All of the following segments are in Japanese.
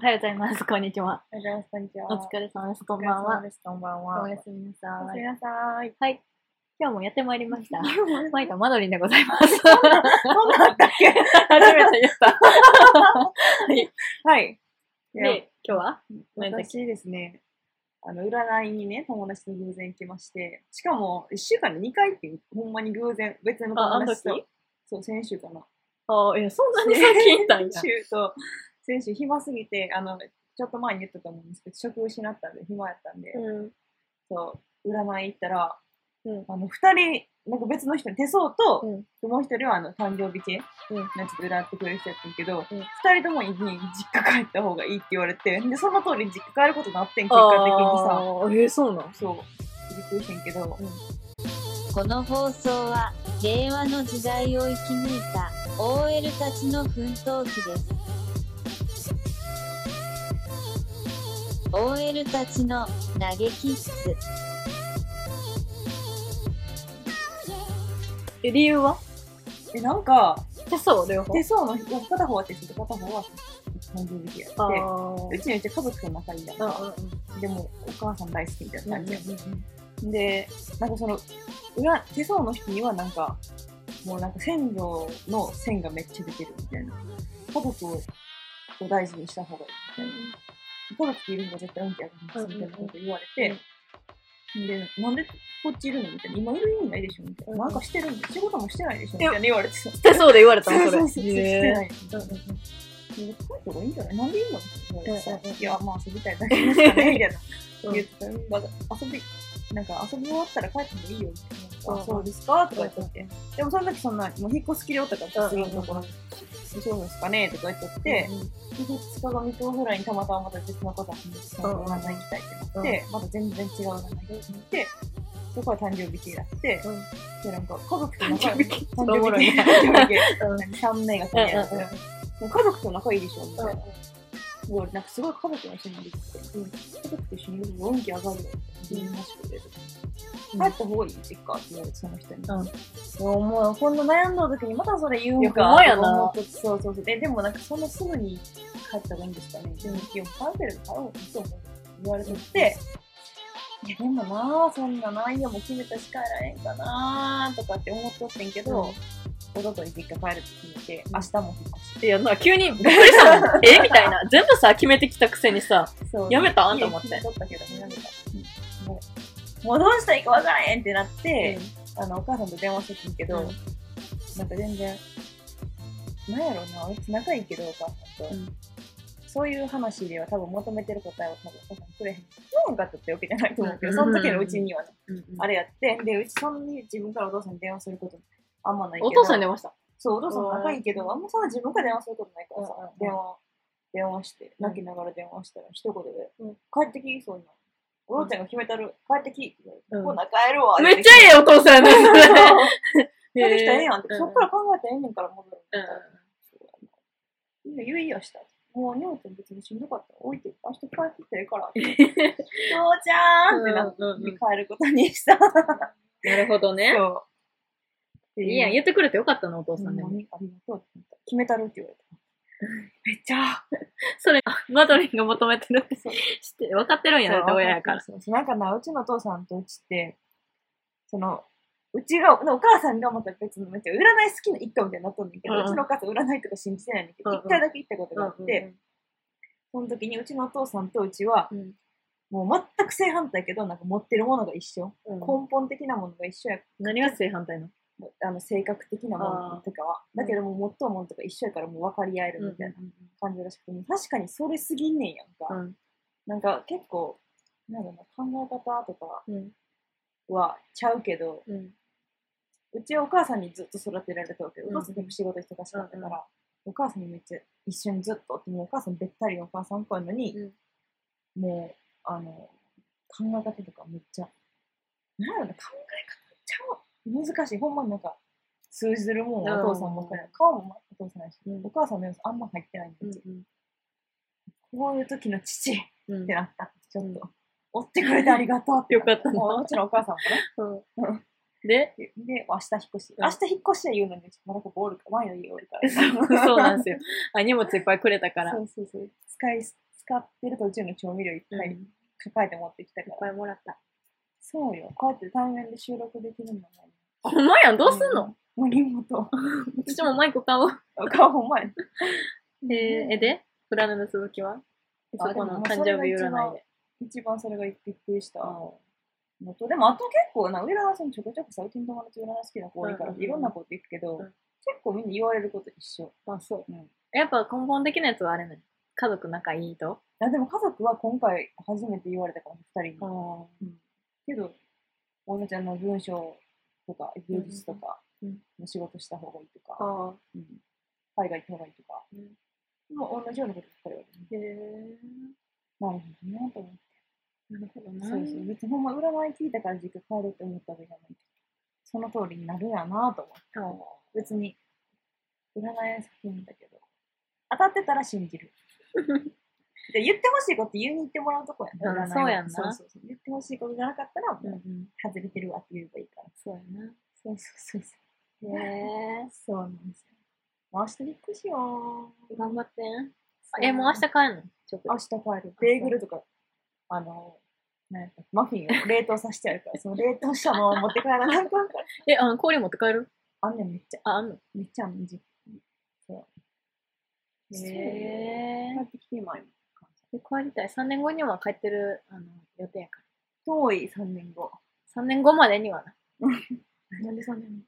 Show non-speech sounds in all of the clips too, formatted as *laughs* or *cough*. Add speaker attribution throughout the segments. Speaker 1: はようございます。こんにちは。
Speaker 2: おはようございます。こんにちは。
Speaker 1: お疲れ様です。こ
Speaker 2: お
Speaker 1: ん
Speaker 2: 疲れ
Speaker 1: ばん
Speaker 2: 様
Speaker 1: は。
Speaker 2: です。こんばんは。
Speaker 1: おやすみなさ
Speaker 2: おやす
Speaker 1: い
Speaker 2: み。なさい。
Speaker 1: はい。今日もやってまいりま
Speaker 2: *laughs*
Speaker 1: した。マイカマドリンでござ *laughs* います。
Speaker 2: そんなんあったっけ
Speaker 1: 初めて言った。
Speaker 2: *laughs* はい。で、
Speaker 1: で、今日は何だっけ
Speaker 2: 私ですね、あの、占いにね、友達と偶然来まして、しかも、1週間に2回って、ほんまに偶然、別の
Speaker 1: ああの
Speaker 2: 友
Speaker 1: 時
Speaker 2: 達と、そう、先週かな。
Speaker 1: ああ、いや、 *laughs* そんなに先行っ
Speaker 2: *laughs*
Speaker 1: たんや。
Speaker 2: 先週と、先週暇すぎて、あの、ちょっと前に言ったと思うんですけど、職失ったんで、暇やったんで、
Speaker 1: うん。
Speaker 2: そう、占い行ったら、
Speaker 1: うん。
Speaker 2: あの、二人、なんか別の人に手相と、
Speaker 1: うん
Speaker 2: もう一人はあの、誕生日系
Speaker 1: うん
Speaker 2: のやつで占ってくれる人やったんやけど、
Speaker 1: う
Speaker 2: 二、
Speaker 1: ん
Speaker 2: 人ともに実家帰った方がいいって言われて、で、その通り実家帰ることになってん、結果的にさ。
Speaker 1: あーえー、そうなん
Speaker 2: そう。びっくりしてんけど、
Speaker 3: この放送は令和の時代を生き抜いた OL たちの奮闘記です OL たちの嘆きっす
Speaker 1: え、理由は
Speaker 2: え、なんか、
Speaker 1: 手相両方
Speaker 2: 手。相の人、片方は手相で片方は誕生日系や
Speaker 1: あ
Speaker 2: って、
Speaker 1: ー
Speaker 2: うちのうち家族と仲いいんだ
Speaker 1: うん
Speaker 2: か
Speaker 1: う
Speaker 2: ら、でもお母さん大好きみたいな感
Speaker 1: ん
Speaker 2: じや
Speaker 1: うん
Speaker 2: で、なんかその、裏、手相の人にはなんか、もうなんか先祖の線がめっちゃ出てるみたいな。家族を大事にした方がいいみたいな。家族いるのが絶対運気あるんですみたいなこと言われて、で、なんでこっちいるのみたいな。今いる意味ないでしょみたいな。
Speaker 1: うんうん
Speaker 2: なんかしてるんで、仕事もしてないでしょみたいな言われてさ。
Speaker 1: 手相で言われた
Speaker 2: そう
Speaker 1: の
Speaker 2: そうそう、
Speaker 1: そ
Speaker 2: し
Speaker 1: れ。
Speaker 2: てない。
Speaker 1: うんうんうん
Speaker 2: でこういうとこいいんじゃないなんでいいのって言われてさ
Speaker 1: うんうんうん
Speaker 2: いや、まあ遊びたいだけですかね、みたいな。
Speaker 1: うん
Speaker 2: 言ってたよ、まだ遊び、なんか遊び終わったら帰ってもいいよみたいな。
Speaker 1: うん
Speaker 2: あ、そうですかとか言っとって。でもその時そんな、もう引っ越しきりおったから、すぐのところに、そうですかねとか言っとって、で、2日か3日後ぐらいにたまたままた別の方が見つけて、
Speaker 1: うん
Speaker 2: 占い行きたいってなって、また全然違う占い行って、そこは誕生日系やって、
Speaker 1: うん
Speaker 2: で、なんか家族と仲良い。
Speaker 1: 誕生日系
Speaker 2: 誕生日系。
Speaker 1: おもろいな
Speaker 2: 誕生日系。
Speaker 1: うん
Speaker 2: 3名が
Speaker 1: 嗯
Speaker 2: 組み合わせてもう家族と仲いいでしょみたいな。もうなんかすごい家族の人にできて、家族と一緒にいるの運気上がるよって言いましてくれる。
Speaker 1: うん
Speaker 2: 帰った方がいい実家って言われて、その人に。
Speaker 1: うんうん。もう、
Speaker 2: もうこんな悩んだ時にまたそれ言うん
Speaker 1: いや
Speaker 2: か
Speaker 1: ほんまやな
Speaker 2: と思ってそうそうそう。え、でもなんかそんなすぐに帰った方がいいんですかね。でも、いや、帰ってるからもいいと思う言われてて、いや、でもなあそんな内容も決めたし帰らへんかなあとかって思っとってんけど、おととい実家帰るって決めて、明日も引っ越し
Speaker 1: いや、なんか急にびっくりしたもん。えみたいな。全部さ、決めてきたくせにさ、
Speaker 2: そう
Speaker 1: やめたあん
Speaker 2: と
Speaker 1: た思って
Speaker 2: 取ったけど、やめた。もう、もうどうしたらいいかわからへんってなって、あの、お母さんと電話してたんけど、
Speaker 1: うん
Speaker 2: なんか全然、なんやろうな、私仲いいけど、お母さんと。
Speaker 1: うん
Speaker 2: そういう話では多分求めてる答えを多分お母さんくれへん。そうなんかったってわけじゃないと思うけ
Speaker 1: う
Speaker 2: ど、
Speaker 1: ん
Speaker 2: その時のうちにはね、あ
Speaker 1: れ
Speaker 2: れやって、で、うちそんなに自分からお父さんに電話することあんまないけど。
Speaker 1: お父さん出ました。
Speaker 2: そう、お父さんも仲いいけ
Speaker 1: うん
Speaker 2: ど、あんまさ、自分から電話することないからさ
Speaker 1: うんうんうん、
Speaker 2: 電話、電話して、泣きながら電話したら、一言で、
Speaker 1: うん
Speaker 2: 帰ってきそうな。お父ちゃんが決めたる、帰ってきって言われて、
Speaker 1: うん
Speaker 2: ほな帰るわ。
Speaker 1: めっちゃええお父さんです
Speaker 2: え
Speaker 1: ね。
Speaker 2: 帰ってきたらええやんっ
Speaker 1: う
Speaker 2: て、
Speaker 1: ん
Speaker 2: そっから考えたらええねんから戻
Speaker 1: う
Speaker 2: る。
Speaker 1: ん
Speaker 2: そうやなみんな言いやした。もう荷物別にしんどかったら置いて、明日帰ってきたらええから。父ちゃんってなって、
Speaker 1: うんうんうん
Speaker 2: 帰ることにした。
Speaker 1: なるほどね。
Speaker 2: そう。
Speaker 1: いいやん、言ってくれてよかったな、お父さんで
Speaker 2: ほ
Speaker 1: も
Speaker 2: ん。まにありがとうって言った決めたるって言われた。めっちゃ。
Speaker 1: それ、マドリンが求めてるって知
Speaker 2: そう
Speaker 1: って、分かってるんや
Speaker 2: そう
Speaker 1: な、親やから。
Speaker 2: そうそうなんかな、うちのお父さんとうちって、その、うちが、お母さんがまた別の、めっちゃ占い好きな一家みたいになっとんだけど、
Speaker 1: う
Speaker 2: うん
Speaker 1: うん
Speaker 2: ちのお母さん占いとか信じてないんだけど、
Speaker 1: うんうん
Speaker 2: 一、回だけ行ったことがあって、その時にうちのお父さんとうちは、
Speaker 1: うん
Speaker 2: もう全く正反対やけど、なんか持ってるものが一緒。
Speaker 1: うん
Speaker 2: 根本的なものが一緒や、
Speaker 1: 何が正反対なの
Speaker 2: あの性格的なものとかは。
Speaker 1: あー
Speaker 2: だけどもう持っとうものとか一緒やからもう分かり合えるみたいな感じらしくて、確かにそれすぎんねんやんか。
Speaker 1: うん
Speaker 2: なんか結構、なんだろうな、考え方とか
Speaker 1: うん
Speaker 2: はちゃうけど、
Speaker 1: うん
Speaker 2: うちはお母さんにずっと育てられたわけど、
Speaker 1: うん
Speaker 2: お父さんでも仕事忙しかったか
Speaker 1: う
Speaker 2: ら、
Speaker 1: んうん
Speaker 2: お母さんにめっちゃ一緒にずっとおって、もうお母さんべったりのお母さんっぽいのに、
Speaker 1: うん
Speaker 2: もう、あの、考え方とかめっちゃ、なんだろうな、考え方ちゃう難しい。ほんまになんか、通じるもんはお父さんもかり顔もお父さんやし、
Speaker 1: うん
Speaker 2: お母さんの様子あんま入ってないんで、こういう時の父っ
Speaker 1: うんうん
Speaker 2: てなった。ちょっと、追ってくれてありがとうって
Speaker 1: よかったな
Speaker 2: もうもちろんお母さんもね。
Speaker 1: うんで、
Speaker 2: で、で明日引っ越し。
Speaker 1: うん
Speaker 2: 明日引っ越しは言うのに、まだここ
Speaker 1: *laughs*
Speaker 2: おるか、前の家おるから。
Speaker 1: そうなんですよ。あ、荷物いっぱいくれたから。
Speaker 2: そうそうそう。使い、使ってる途中の調味料いっぱ
Speaker 1: うん
Speaker 2: い抱えて持ってきたか
Speaker 1: いっ
Speaker 2: ら。
Speaker 1: ぱいもらった。
Speaker 2: そうよ。こうやって対面で収録できるのもね。
Speaker 1: ほんまやん、どうすんの、
Speaker 2: もうリモート。
Speaker 1: 私もマイク買おう。
Speaker 2: 顔ほんまや。
Speaker 1: えー、えでプラネの続きはあこの誕生日占いで。
Speaker 2: 一番それがびっくりしたのと、でもあと結構な、俺らはそのちょこちょこ最近友達占い好きな子多いから、
Speaker 1: うんうんうん
Speaker 2: いろんなこと言くけど、
Speaker 1: うん
Speaker 2: 結構みんな言われること一緒。
Speaker 1: まあそうやっぱ根本的なやつはあれね。家族仲いいと。
Speaker 2: あでも家族は今回初めて言われたから、二人に。
Speaker 1: あ
Speaker 2: けど、おのちゃんの文章とか芸術とか
Speaker 1: うん
Speaker 2: の仕事した方がいいとか、
Speaker 1: あ。
Speaker 2: うん海外行った方がいいとか、
Speaker 1: うん
Speaker 2: もう同じようなことばっかり言われる。
Speaker 1: へえ。
Speaker 2: なるほどね、と思って。
Speaker 1: なるほどな。
Speaker 2: そうそう。別にほんま占い聞いたから実家帰るって思ったわけじゃないけど、その通りになるやなと思って。別に、占いは好きなんだけど、当たってたら
Speaker 1: *laughs*
Speaker 2: 信じる。で言ってほしいこと言いに行ってもらうとこや
Speaker 1: うん
Speaker 2: 占いは
Speaker 1: そうやんな
Speaker 2: そうそうそう言ってほしいことじゃなかったら、
Speaker 1: うんう。
Speaker 2: もうん外れてるわって言えばいいから。
Speaker 1: そうやな。
Speaker 2: そうそうそうそう。
Speaker 1: へえ。
Speaker 2: そうなんですよ。明日びっくりしよう。
Speaker 1: 頑張ってん。え、もう明日帰るのちょっと。
Speaker 2: 明日帰る。ベーグルとか、あの、なんやったマフィ
Speaker 1: *laughs*
Speaker 2: ンを冷凍させてあるから、その冷凍したのを持って帰らなあかんから。
Speaker 1: え、あの、氷持って帰る
Speaker 2: あんねん、めっちゃ。
Speaker 1: あ、あんの
Speaker 2: めっちゃあんねん、じそう。
Speaker 1: へ
Speaker 2: 帰
Speaker 1: え。
Speaker 2: ってきて今。
Speaker 1: で帰りたい。3年後には帰ってる、あの、予定やか
Speaker 2: 遠い3年後。
Speaker 1: ら。3年後までにはな。
Speaker 2: なんで3年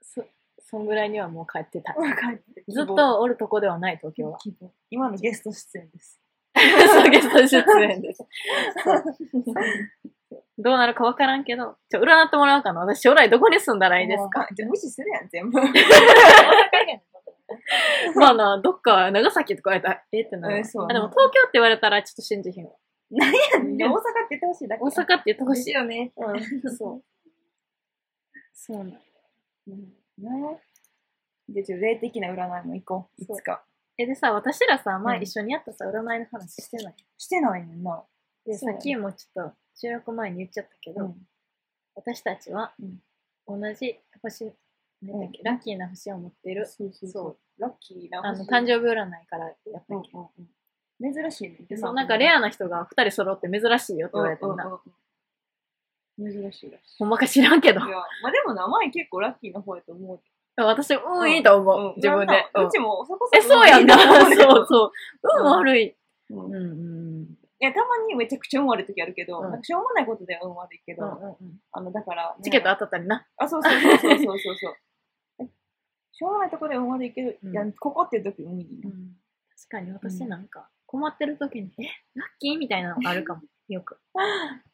Speaker 1: そ、そんぐらいにはもう帰ってた。
Speaker 2: 後帰って
Speaker 1: ずっとおるとこではない、東
Speaker 2: 希
Speaker 1: 京 *laughs*
Speaker 2: 望
Speaker 1: は。
Speaker 2: 希望今のゲスト出演です。
Speaker 1: そうゲスト出演
Speaker 2: *laughs*
Speaker 1: です。どうなるかわからんけど、ちょ、占ってもらうかな。私、将来どこに住んだらいいですか
Speaker 2: かじゃあ無視するや
Speaker 1: *laughs*
Speaker 2: ん、全部。
Speaker 1: まあな、どっか、長崎とか言われたら、えってなるわ。
Speaker 2: えそうや
Speaker 1: あ、
Speaker 2: な
Speaker 1: でも東京って言われたら、ちょっと信じひんわ。
Speaker 2: で大阪って言ってほしいだけ。
Speaker 1: 大阪って言ってほしい。
Speaker 2: よね。うん。
Speaker 1: *laughs* そう。そうなん
Speaker 2: うんねじゃあちょっと霊的な占いも行こう。いつか。
Speaker 1: え、でさ、私らさ、前
Speaker 2: うん
Speaker 1: 一緒にやったさ、占いの話してない。
Speaker 2: してないねんな。
Speaker 1: で、
Speaker 2: そ
Speaker 1: さ
Speaker 2: うや
Speaker 1: っ
Speaker 2: ね
Speaker 1: きもちょっと、収録前に言っちゃったけど、
Speaker 2: うん
Speaker 1: 私たちは
Speaker 2: うん、
Speaker 1: 同じ星、なんだっけ
Speaker 2: うん
Speaker 1: ラッキーな星を持ってる。
Speaker 2: そうそ
Speaker 1: そ
Speaker 2: う
Speaker 1: う
Speaker 2: そう。ラッキーな。
Speaker 1: あの、誕生日占いからやったっけ
Speaker 2: うんうんうん珍しいね。
Speaker 1: でそうなんかレアな人が2人揃って珍しいよって
Speaker 2: う
Speaker 1: 言わ
Speaker 2: んうん
Speaker 1: れてんな。
Speaker 2: うん珍しいらしい。
Speaker 1: ほんまか知らんけど
Speaker 2: い。や、まあでも名前結構ラッキーな方やと思う。
Speaker 1: 私、うん、いいと
Speaker 2: うん
Speaker 1: 思う。自分で
Speaker 2: なん。か
Speaker 1: うん
Speaker 2: うちもそこそこ。
Speaker 1: え、そうやんな。
Speaker 2: いいと
Speaker 1: そ
Speaker 2: 思
Speaker 1: うそう。うん、
Speaker 2: うん
Speaker 1: 悪い。
Speaker 2: う
Speaker 1: うん
Speaker 2: い
Speaker 1: ん、
Speaker 2: や、たまにめちゃくちゃ運悪い時あるけど、
Speaker 1: うん
Speaker 2: なんかしょうもないことでは運悪いけ
Speaker 1: う
Speaker 2: ど、
Speaker 1: ん。
Speaker 2: あの、だから、
Speaker 1: チケット
Speaker 2: あ
Speaker 1: 当たったりな。
Speaker 2: あ、そうそうそうそうそうそうそう。
Speaker 1: *laughs*
Speaker 2: えしょうもないとこで運悪いけど、
Speaker 1: うん
Speaker 2: いやここっていう時運いいな。
Speaker 1: 確かに私なんか、困ってる時に、え、ラッキーみたいなのがあるかも。 *laughs* よく。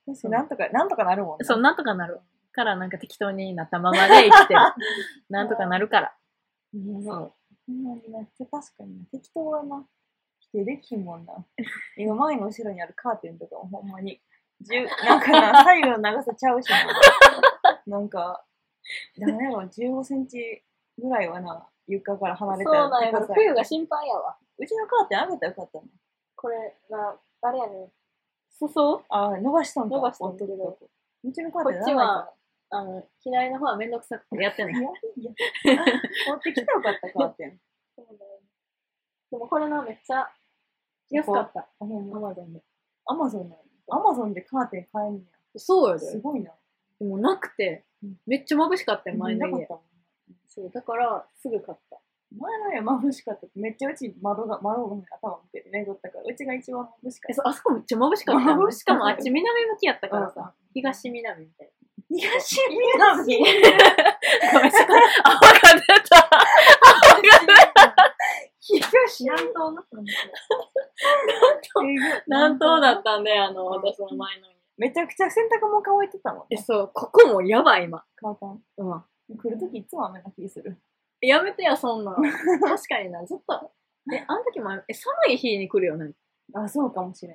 Speaker 2: 確かになんとか、なんとかなるもんね。
Speaker 1: そう、なんとかなる。から、なんか適当になったままで *laughs* 生きてる。なんとかなるから。
Speaker 2: うん。
Speaker 1: そ
Speaker 2: そう
Speaker 1: う。
Speaker 2: んなになって、確かにな適当はな、否定できひんもん *laughs* な。今、前の後ろにあるカーテンとかもほんま *laughs* に、十なんかな、左右の長さちゃうしな。なんか、なんやろ、15センチぐらいはな、床から離れた高さ
Speaker 1: が心配やわ。
Speaker 2: うちのカーテン上げたらよかったの。
Speaker 1: これ、な、あれやね。裾
Speaker 2: ああ、伸ばしたんか。
Speaker 1: 伸ばしたんだけど
Speaker 2: 男とうちのカー
Speaker 1: こ
Speaker 2: テン
Speaker 1: っちは、あの、左の方はめんどくさくてやって *laughs* ない
Speaker 2: 長い。から。いやいや。 *laughs* 持ってきたらよかった、カーテン。
Speaker 1: そうだよねでもこれな、めっちゃ安かった。
Speaker 2: あ、ほん
Speaker 1: ア
Speaker 2: ま。
Speaker 1: マゾンで。
Speaker 2: アマゾンなの。アマゾンでカーテン買えんね
Speaker 1: そう
Speaker 2: や。すごいな。
Speaker 1: でもなくて
Speaker 2: うん、
Speaker 1: めっちゃ眩しかったよ、前の
Speaker 2: なかっ
Speaker 1: 家。
Speaker 2: たもん。
Speaker 1: そう、だから、すぐ買った。
Speaker 2: 前の家眩しかったってめっちゃうち窓が、窓が頭向けて寝とったから、うちが一番眩しか
Speaker 1: え、
Speaker 2: った。
Speaker 1: そう、あそこめっちゃ眩しかったの。
Speaker 2: 眩
Speaker 1: *laughs* し
Speaker 2: し
Speaker 1: か
Speaker 2: かった
Speaker 1: もあっち南向きやったから
Speaker 2: うん
Speaker 1: さ、東南みたい
Speaker 2: 東南
Speaker 1: な。ごめ
Speaker 2: 東
Speaker 1: ん、ちょっと泡が出た。
Speaker 2: 南東
Speaker 1: 南東だ
Speaker 2: だったんだよ。。
Speaker 1: ったたんで、あの、私の前の家。
Speaker 2: めちゃくちゃ洗濯も乾いてたもん
Speaker 1: え、
Speaker 2: ね。
Speaker 1: そう、ここもやばい、今。
Speaker 2: カーテン。
Speaker 1: うん。
Speaker 2: 来るときいつも雨な気する。
Speaker 1: やめてや、そ *laughs* んなん。確かにな、ずっと。え、あの時も、え、寒い日に来るよね。
Speaker 2: あ、そうかもしれ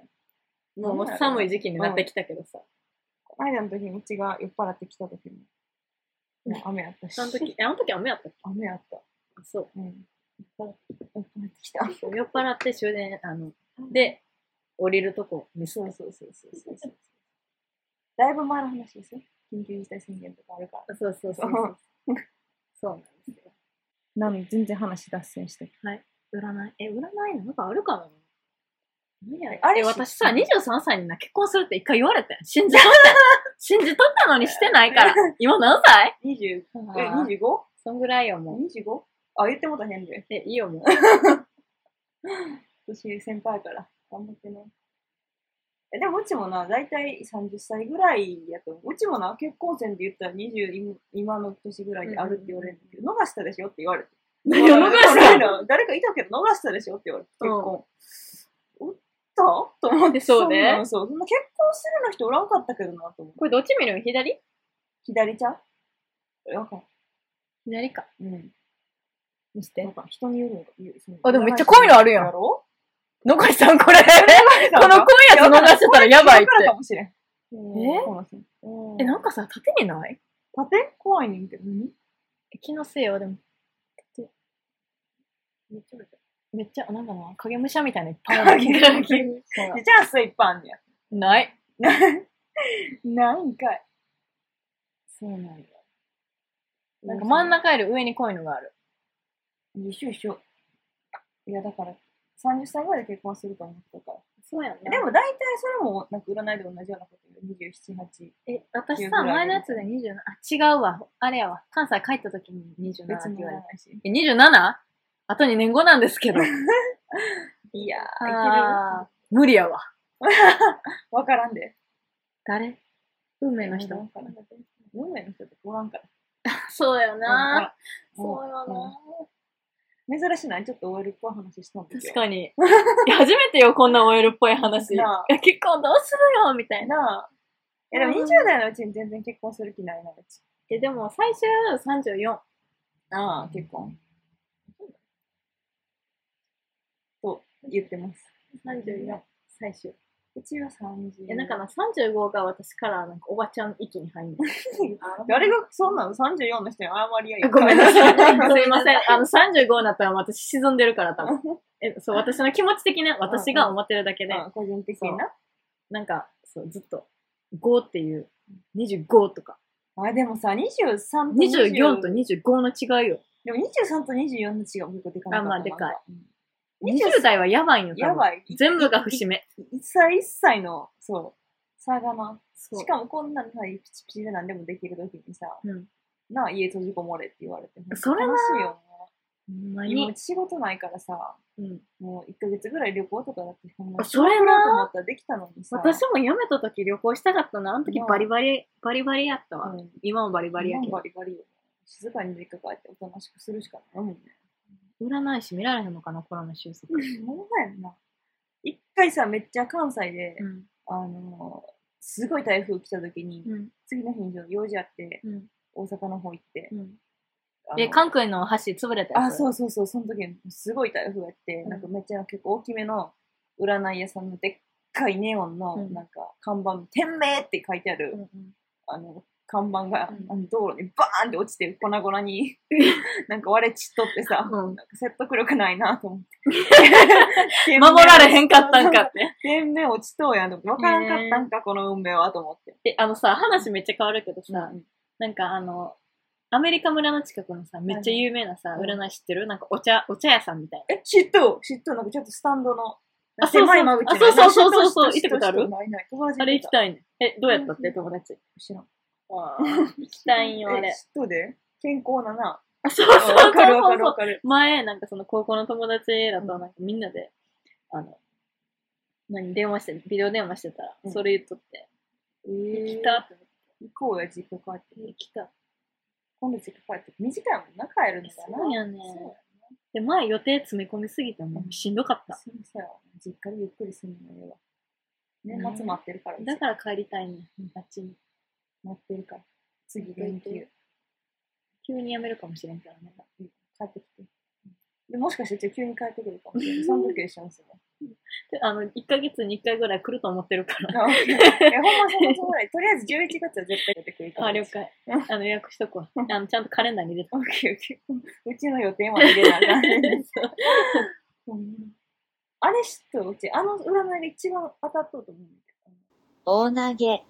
Speaker 2: ん。
Speaker 1: もう寒い時期になってきたけどさ。
Speaker 2: この間の時にうちが酔っ払ってきた時も。いや雨やったし。
Speaker 1: あの時、え、あの時雨やったっけ
Speaker 2: 雨やった。
Speaker 1: あそう。
Speaker 2: うん。酔っ払って酔っ払ってきた。
Speaker 1: 酔っ払って終電、あの、で、降りるとこ見せ
Speaker 2: そう
Speaker 1: て。
Speaker 2: そうそうそうそうそう。だいぶ前の話ですよ。緊急事態宣言とかあるから。
Speaker 1: そうそうそう *laughs* そう。そうなんですよ。
Speaker 2: なのに全然話脱線して。
Speaker 1: 占いえ、占いなんかあるかなあ
Speaker 2: あ
Speaker 1: れ
Speaker 2: れ
Speaker 1: 私さ、23歳にな、結婚するって一回言われてん。信じ *laughs* とったん信じとったのにしてない *laughs* から。今何歳
Speaker 2: 20、え、
Speaker 1: あー
Speaker 2: 25?25?
Speaker 1: そんぐらいよ、もう。
Speaker 2: あ、言ってもた変で。
Speaker 1: え、いいよ、もう。
Speaker 2: 私、先輩やから。頑張ってね。え、でもうちもな、だいたい30歳ぐらいやと思う。うちもな、結婚戦で言ったら20、今今の年ぐらいにあるって言われるんだけど、逃したでしょって言われて。
Speaker 1: 何を逃したの
Speaker 2: 誰か誰かいたけど逃したでしょって言われて、結婚。おったと思って。
Speaker 1: そうね
Speaker 2: なんそう。そんな結婚するの人おらんかったけどな、と思って。
Speaker 1: これどっち見るん左
Speaker 2: 左ちゃうわかん
Speaker 1: 左か。
Speaker 2: うん。
Speaker 1: 見せ
Speaker 2: なん。か人によるのか言うそう
Speaker 1: あでもめっちゃ濃いのあるやん
Speaker 2: やろ
Speaker 1: 残しさん、 *laughs* これ。
Speaker 2: こ *laughs*
Speaker 1: この濃 *laughs* いやつ逃してたらやばいって。
Speaker 2: かもしれん。
Speaker 1: え
Speaker 2: この人
Speaker 1: え、なんかさ、縦にない
Speaker 2: 縦怖いねんけど。何
Speaker 1: 気のせいよ、でも。縦めっちゃ、めっちゃ、なんかな、影武者みたいなのいっぱい *laughs* ある。
Speaker 2: 影
Speaker 1: そう
Speaker 2: で *laughs* じゃあ、スイッパンね
Speaker 1: ない。
Speaker 2: や。なんかい。
Speaker 1: そうなんだ。なんか真ん。中より上に濃いのがある。
Speaker 2: 一緒一緒。いや、だから、30歳ぐらいで結婚すると思ってたから。
Speaker 1: そうやん
Speaker 2: でも大体それも、なんか占いで同じようなこと言う。27、8。
Speaker 1: え、私
Speaker 2: いうぐ
Speaker 1: さ、
Speaker 2: らい
Speaker 1: 前のやつで27、あ、違うわ。あれやわ。関西帰った時に27って
Speaker 2: 別
Speaker 1: 言
Speaker 2: に言
Speaker 1: わ
Speaker 2: わ
Speaker 1: れた。
Speaker 2: ないし。
Speaker 1: え、27? あと2年後なんですけ *laughs* ど。
Speaker 2: いやー、いけ
Speaker 1: あー無理やわ。
Speaker 2: る。わからんで。
Speaker 1: 誰運命の
Speaker 2: わ
Speaker 1: 人。
Speaker 2: からんで。運命の人っておらんから。
Speaker 1: そうよな。
Speaker 2: うん
Speaker 1: そうよな。
Speaker 2: 珍しないちょっと OL っぽい話したんだけ
Speaker 1: 確
Speaker 2: ど。
Speaker 1: かに。いや初めてよ、こんな OL っぽい話。い
Speaker 2: なあ
Speaker 1: や結婚どうするよみたいな。
Speaker 2: なあ。え、でも
Speaker 1: うん
Speaker 2: 20代のうちに全然結婚する気ないな、うち。
Speaker 1: え、でも最終34。
Speaker 2: ああ、結婚。と言ってます。
Speaker 1: 34。最終。
Speaker 2: うちは30。
Speaker 1: え、なんかな、35が私からなんかおばちゃん域に入 *laughs* んの。
Speaker 2: 誰がそんなの ?34 の人に謝り合い。
Speaker 1: *laughs* ごめんなさい。す
Speaker 2: い。 *laughs*
Speaker 1: いません。あの、35になったら私沈んでるから多分。 *laughs* え、そう、私の気持ち的な、私が思ってるだけで、
Speaker 2: 個人的にな。
Speaker 1: なんか、そう、ずっと、5っていう、25とか、
Speaker 2: あ、でもさ、23と20
Speaker 1: 24と25の違いよ。
Speaker 2: でも23と24の違う結構でかな
Speaker 1: あまあでかい
Speaker 2: うん。20
Speaker 1: 20代はやばいんよ、多分
Speaker 2: やばい。
Speaker 1: 全部が節目。
Speaker 2: 一歳一歳の、そう、差がな。
Speaker 1: そう
Speaker 2: しかもこんなのさ、ピチピチで何でもできるときにさ、
Speaker 1: うん。
Speaker 2: なあ、家閉じこもれって言われて。
Speaker 1: それな
Speaker 2: 悲しいよ
Speaker 1: ほんま
Speaker 2: ね。今う
Speaker 1: に。
Speaker 2: ち仕事ないからさ、
Speaker 1: うん。
Speaker 2: もう1ヶ月ぐらい旅行とかだって、ほんま
Speaker 1: あそれな
Speaker 2: 行こうと思ったらできたのにさ。
Speaker 1: 私も辞めた時旅行したかったな。あの時
Speaker 2: なあ
Speaker 1: バリバリ、バリバリやったわ。
Speaker 2: うん、
Speaker 1: 今もバリバリやけ
Speaker 2: 今
Speaker 1: ど
Speaker 2: バ。リバリよ。静かに実家帰っておとなしくするしかないもんね。
Speaker 1: 占い師見られへんのかな、コロナ収束。
Speaker 2: ほんまやんな。一回さ、めっちゃ関西で、
Speaker 1: うん。
Speaker 2: あのーすごい台風来た時に、
Speaker 1: うん。
Speaker 2: 次の日に用事あって、
Speaker 1: うん。
Speaker 2: 大阪の方行って
Speaker 1: う。ん。
Speaker 2: あの
Speaker 1: え、韓国の橋潰れたや
Speaker 2: あ、
Speaker 1: つ
Speaker 2: そうそうそう、その時すごい台風やって、
Speaker 1: うん
Speaker 2: なんかめっちゃ結構大きめの占い屋さんのでっかいネオン
Speaker 1: う
Speaker 2: の
Speaker 1: ん
Speaker 2: なんか看板、店名って書いてある、
Speaker 1: うんうん。
Speaker 2: あの、看板が、
Speaker 1: うん
Speaker 2: あの道路にバーンって落ちて粉
Speaker 1: *laughs*
Speaker 2: 々になんか割れ散っとってさ、
Speaker 1: うん
Speaker 2: なんか説得力ないなと思って。店名
Speaker 1: *laughs* 守られへんかったんか
Speaker 2: *laughs*
Speaker 1: っ。て。
Speaker 2: 店名落ちとうやんと思って、わからんかったんか、この運命はと思って。
Speaker 1: *laughs* え、あのさ、話めっちゃ変わるけどさ、
Speaker 2: うん
Speaker 1: なんかあの、アメリカ村の近くのさ、めっちゃ有名なさ、
Speaker 2: うん
Speaker 1: 占い知ってるなんかお茶、お茶屋さんみたいな。
Speaker 2: え、知っとう知っとうなんかちょっとスタンドの。
Speaker 1: あそうそう
Speaker 2: 狭い間口
Speaker 1: あそうそうそうそうそう
Speaker 2: 知っと
Speaker 1: 行ったことある
Speaker 2: 知っとないない。友達
Speaker 1: あれ行き
Speaker 2: い。
Speaker 1: たいね。え、どうやったっ
Speaker 2: う
Speaker 1: て
Speaker 2: ん
Speaker 1: 友達。
Speaker 2: 知らん。
Speaker 1: 行きたいんよ、あ
Speaker 2: え
Speaker 1: れ
Speaker 2: 知っ。とうで健康なな。
Speaker 1: あ、そうそうそう
Speaker 2: わかる
Speaker 1: そう
Speaker 2: わかる
Speaker 1: そう
Speaker 2: わ。かる。
Speaker 1: 前、なんかその高校の友達だと、なんかみんなで、あの、何、電話して、ビデオ電話してたら、
Speaker 2: うん
Speaker 1: それ言っとって、
Speaker 2: 行
Speaker 1: 行きたって
Speaker 2: 行こうや、実家帰って。
Speaker 1: 言って、来た。
Speaker 2: 今度実家帰って。短いもんな、帰るのがな。
Speaker 1: そうやね
Speaker 2: そう
Speaker 1: で、前予定詰め込みすぎて、もうしんどかった。
Speaker 2: そうそうやわ実家でゆっくりするのよ。年末待ってるから。
Speaker 1: だから帰りたいね、あっちに。
Speaker 2: 待ってるから。次、連休。
Speaker 1: 急に辞めるかもしれんからね。
Speaker 2: 帰ってきて。でもしかして、ちょ急に帰ってくるか
Speaker 1: *laughs*
Speaker 2: もしれない。その時一緒にする。
Speaker 1: であの、1ヶ月に1回ぐらい来ると思ってるから。
Speaker 2: あオッケーえ、ほんまそのつもり。とりあえず11月は絶対出てくるから。
Speaker 1: あ、了解。あの、予約しとこう。あの、ちゃんとカレンダーに入れ
Speaker 2: オッケーオッケー。うちの予定まで入れなあかんねん
Speaker 1: て。 *laughs* そう
Speaker 2: うんあれ知っとるうち、あの占いで一番当たっとうと思うんだけど。
Speaker 3: 大投げ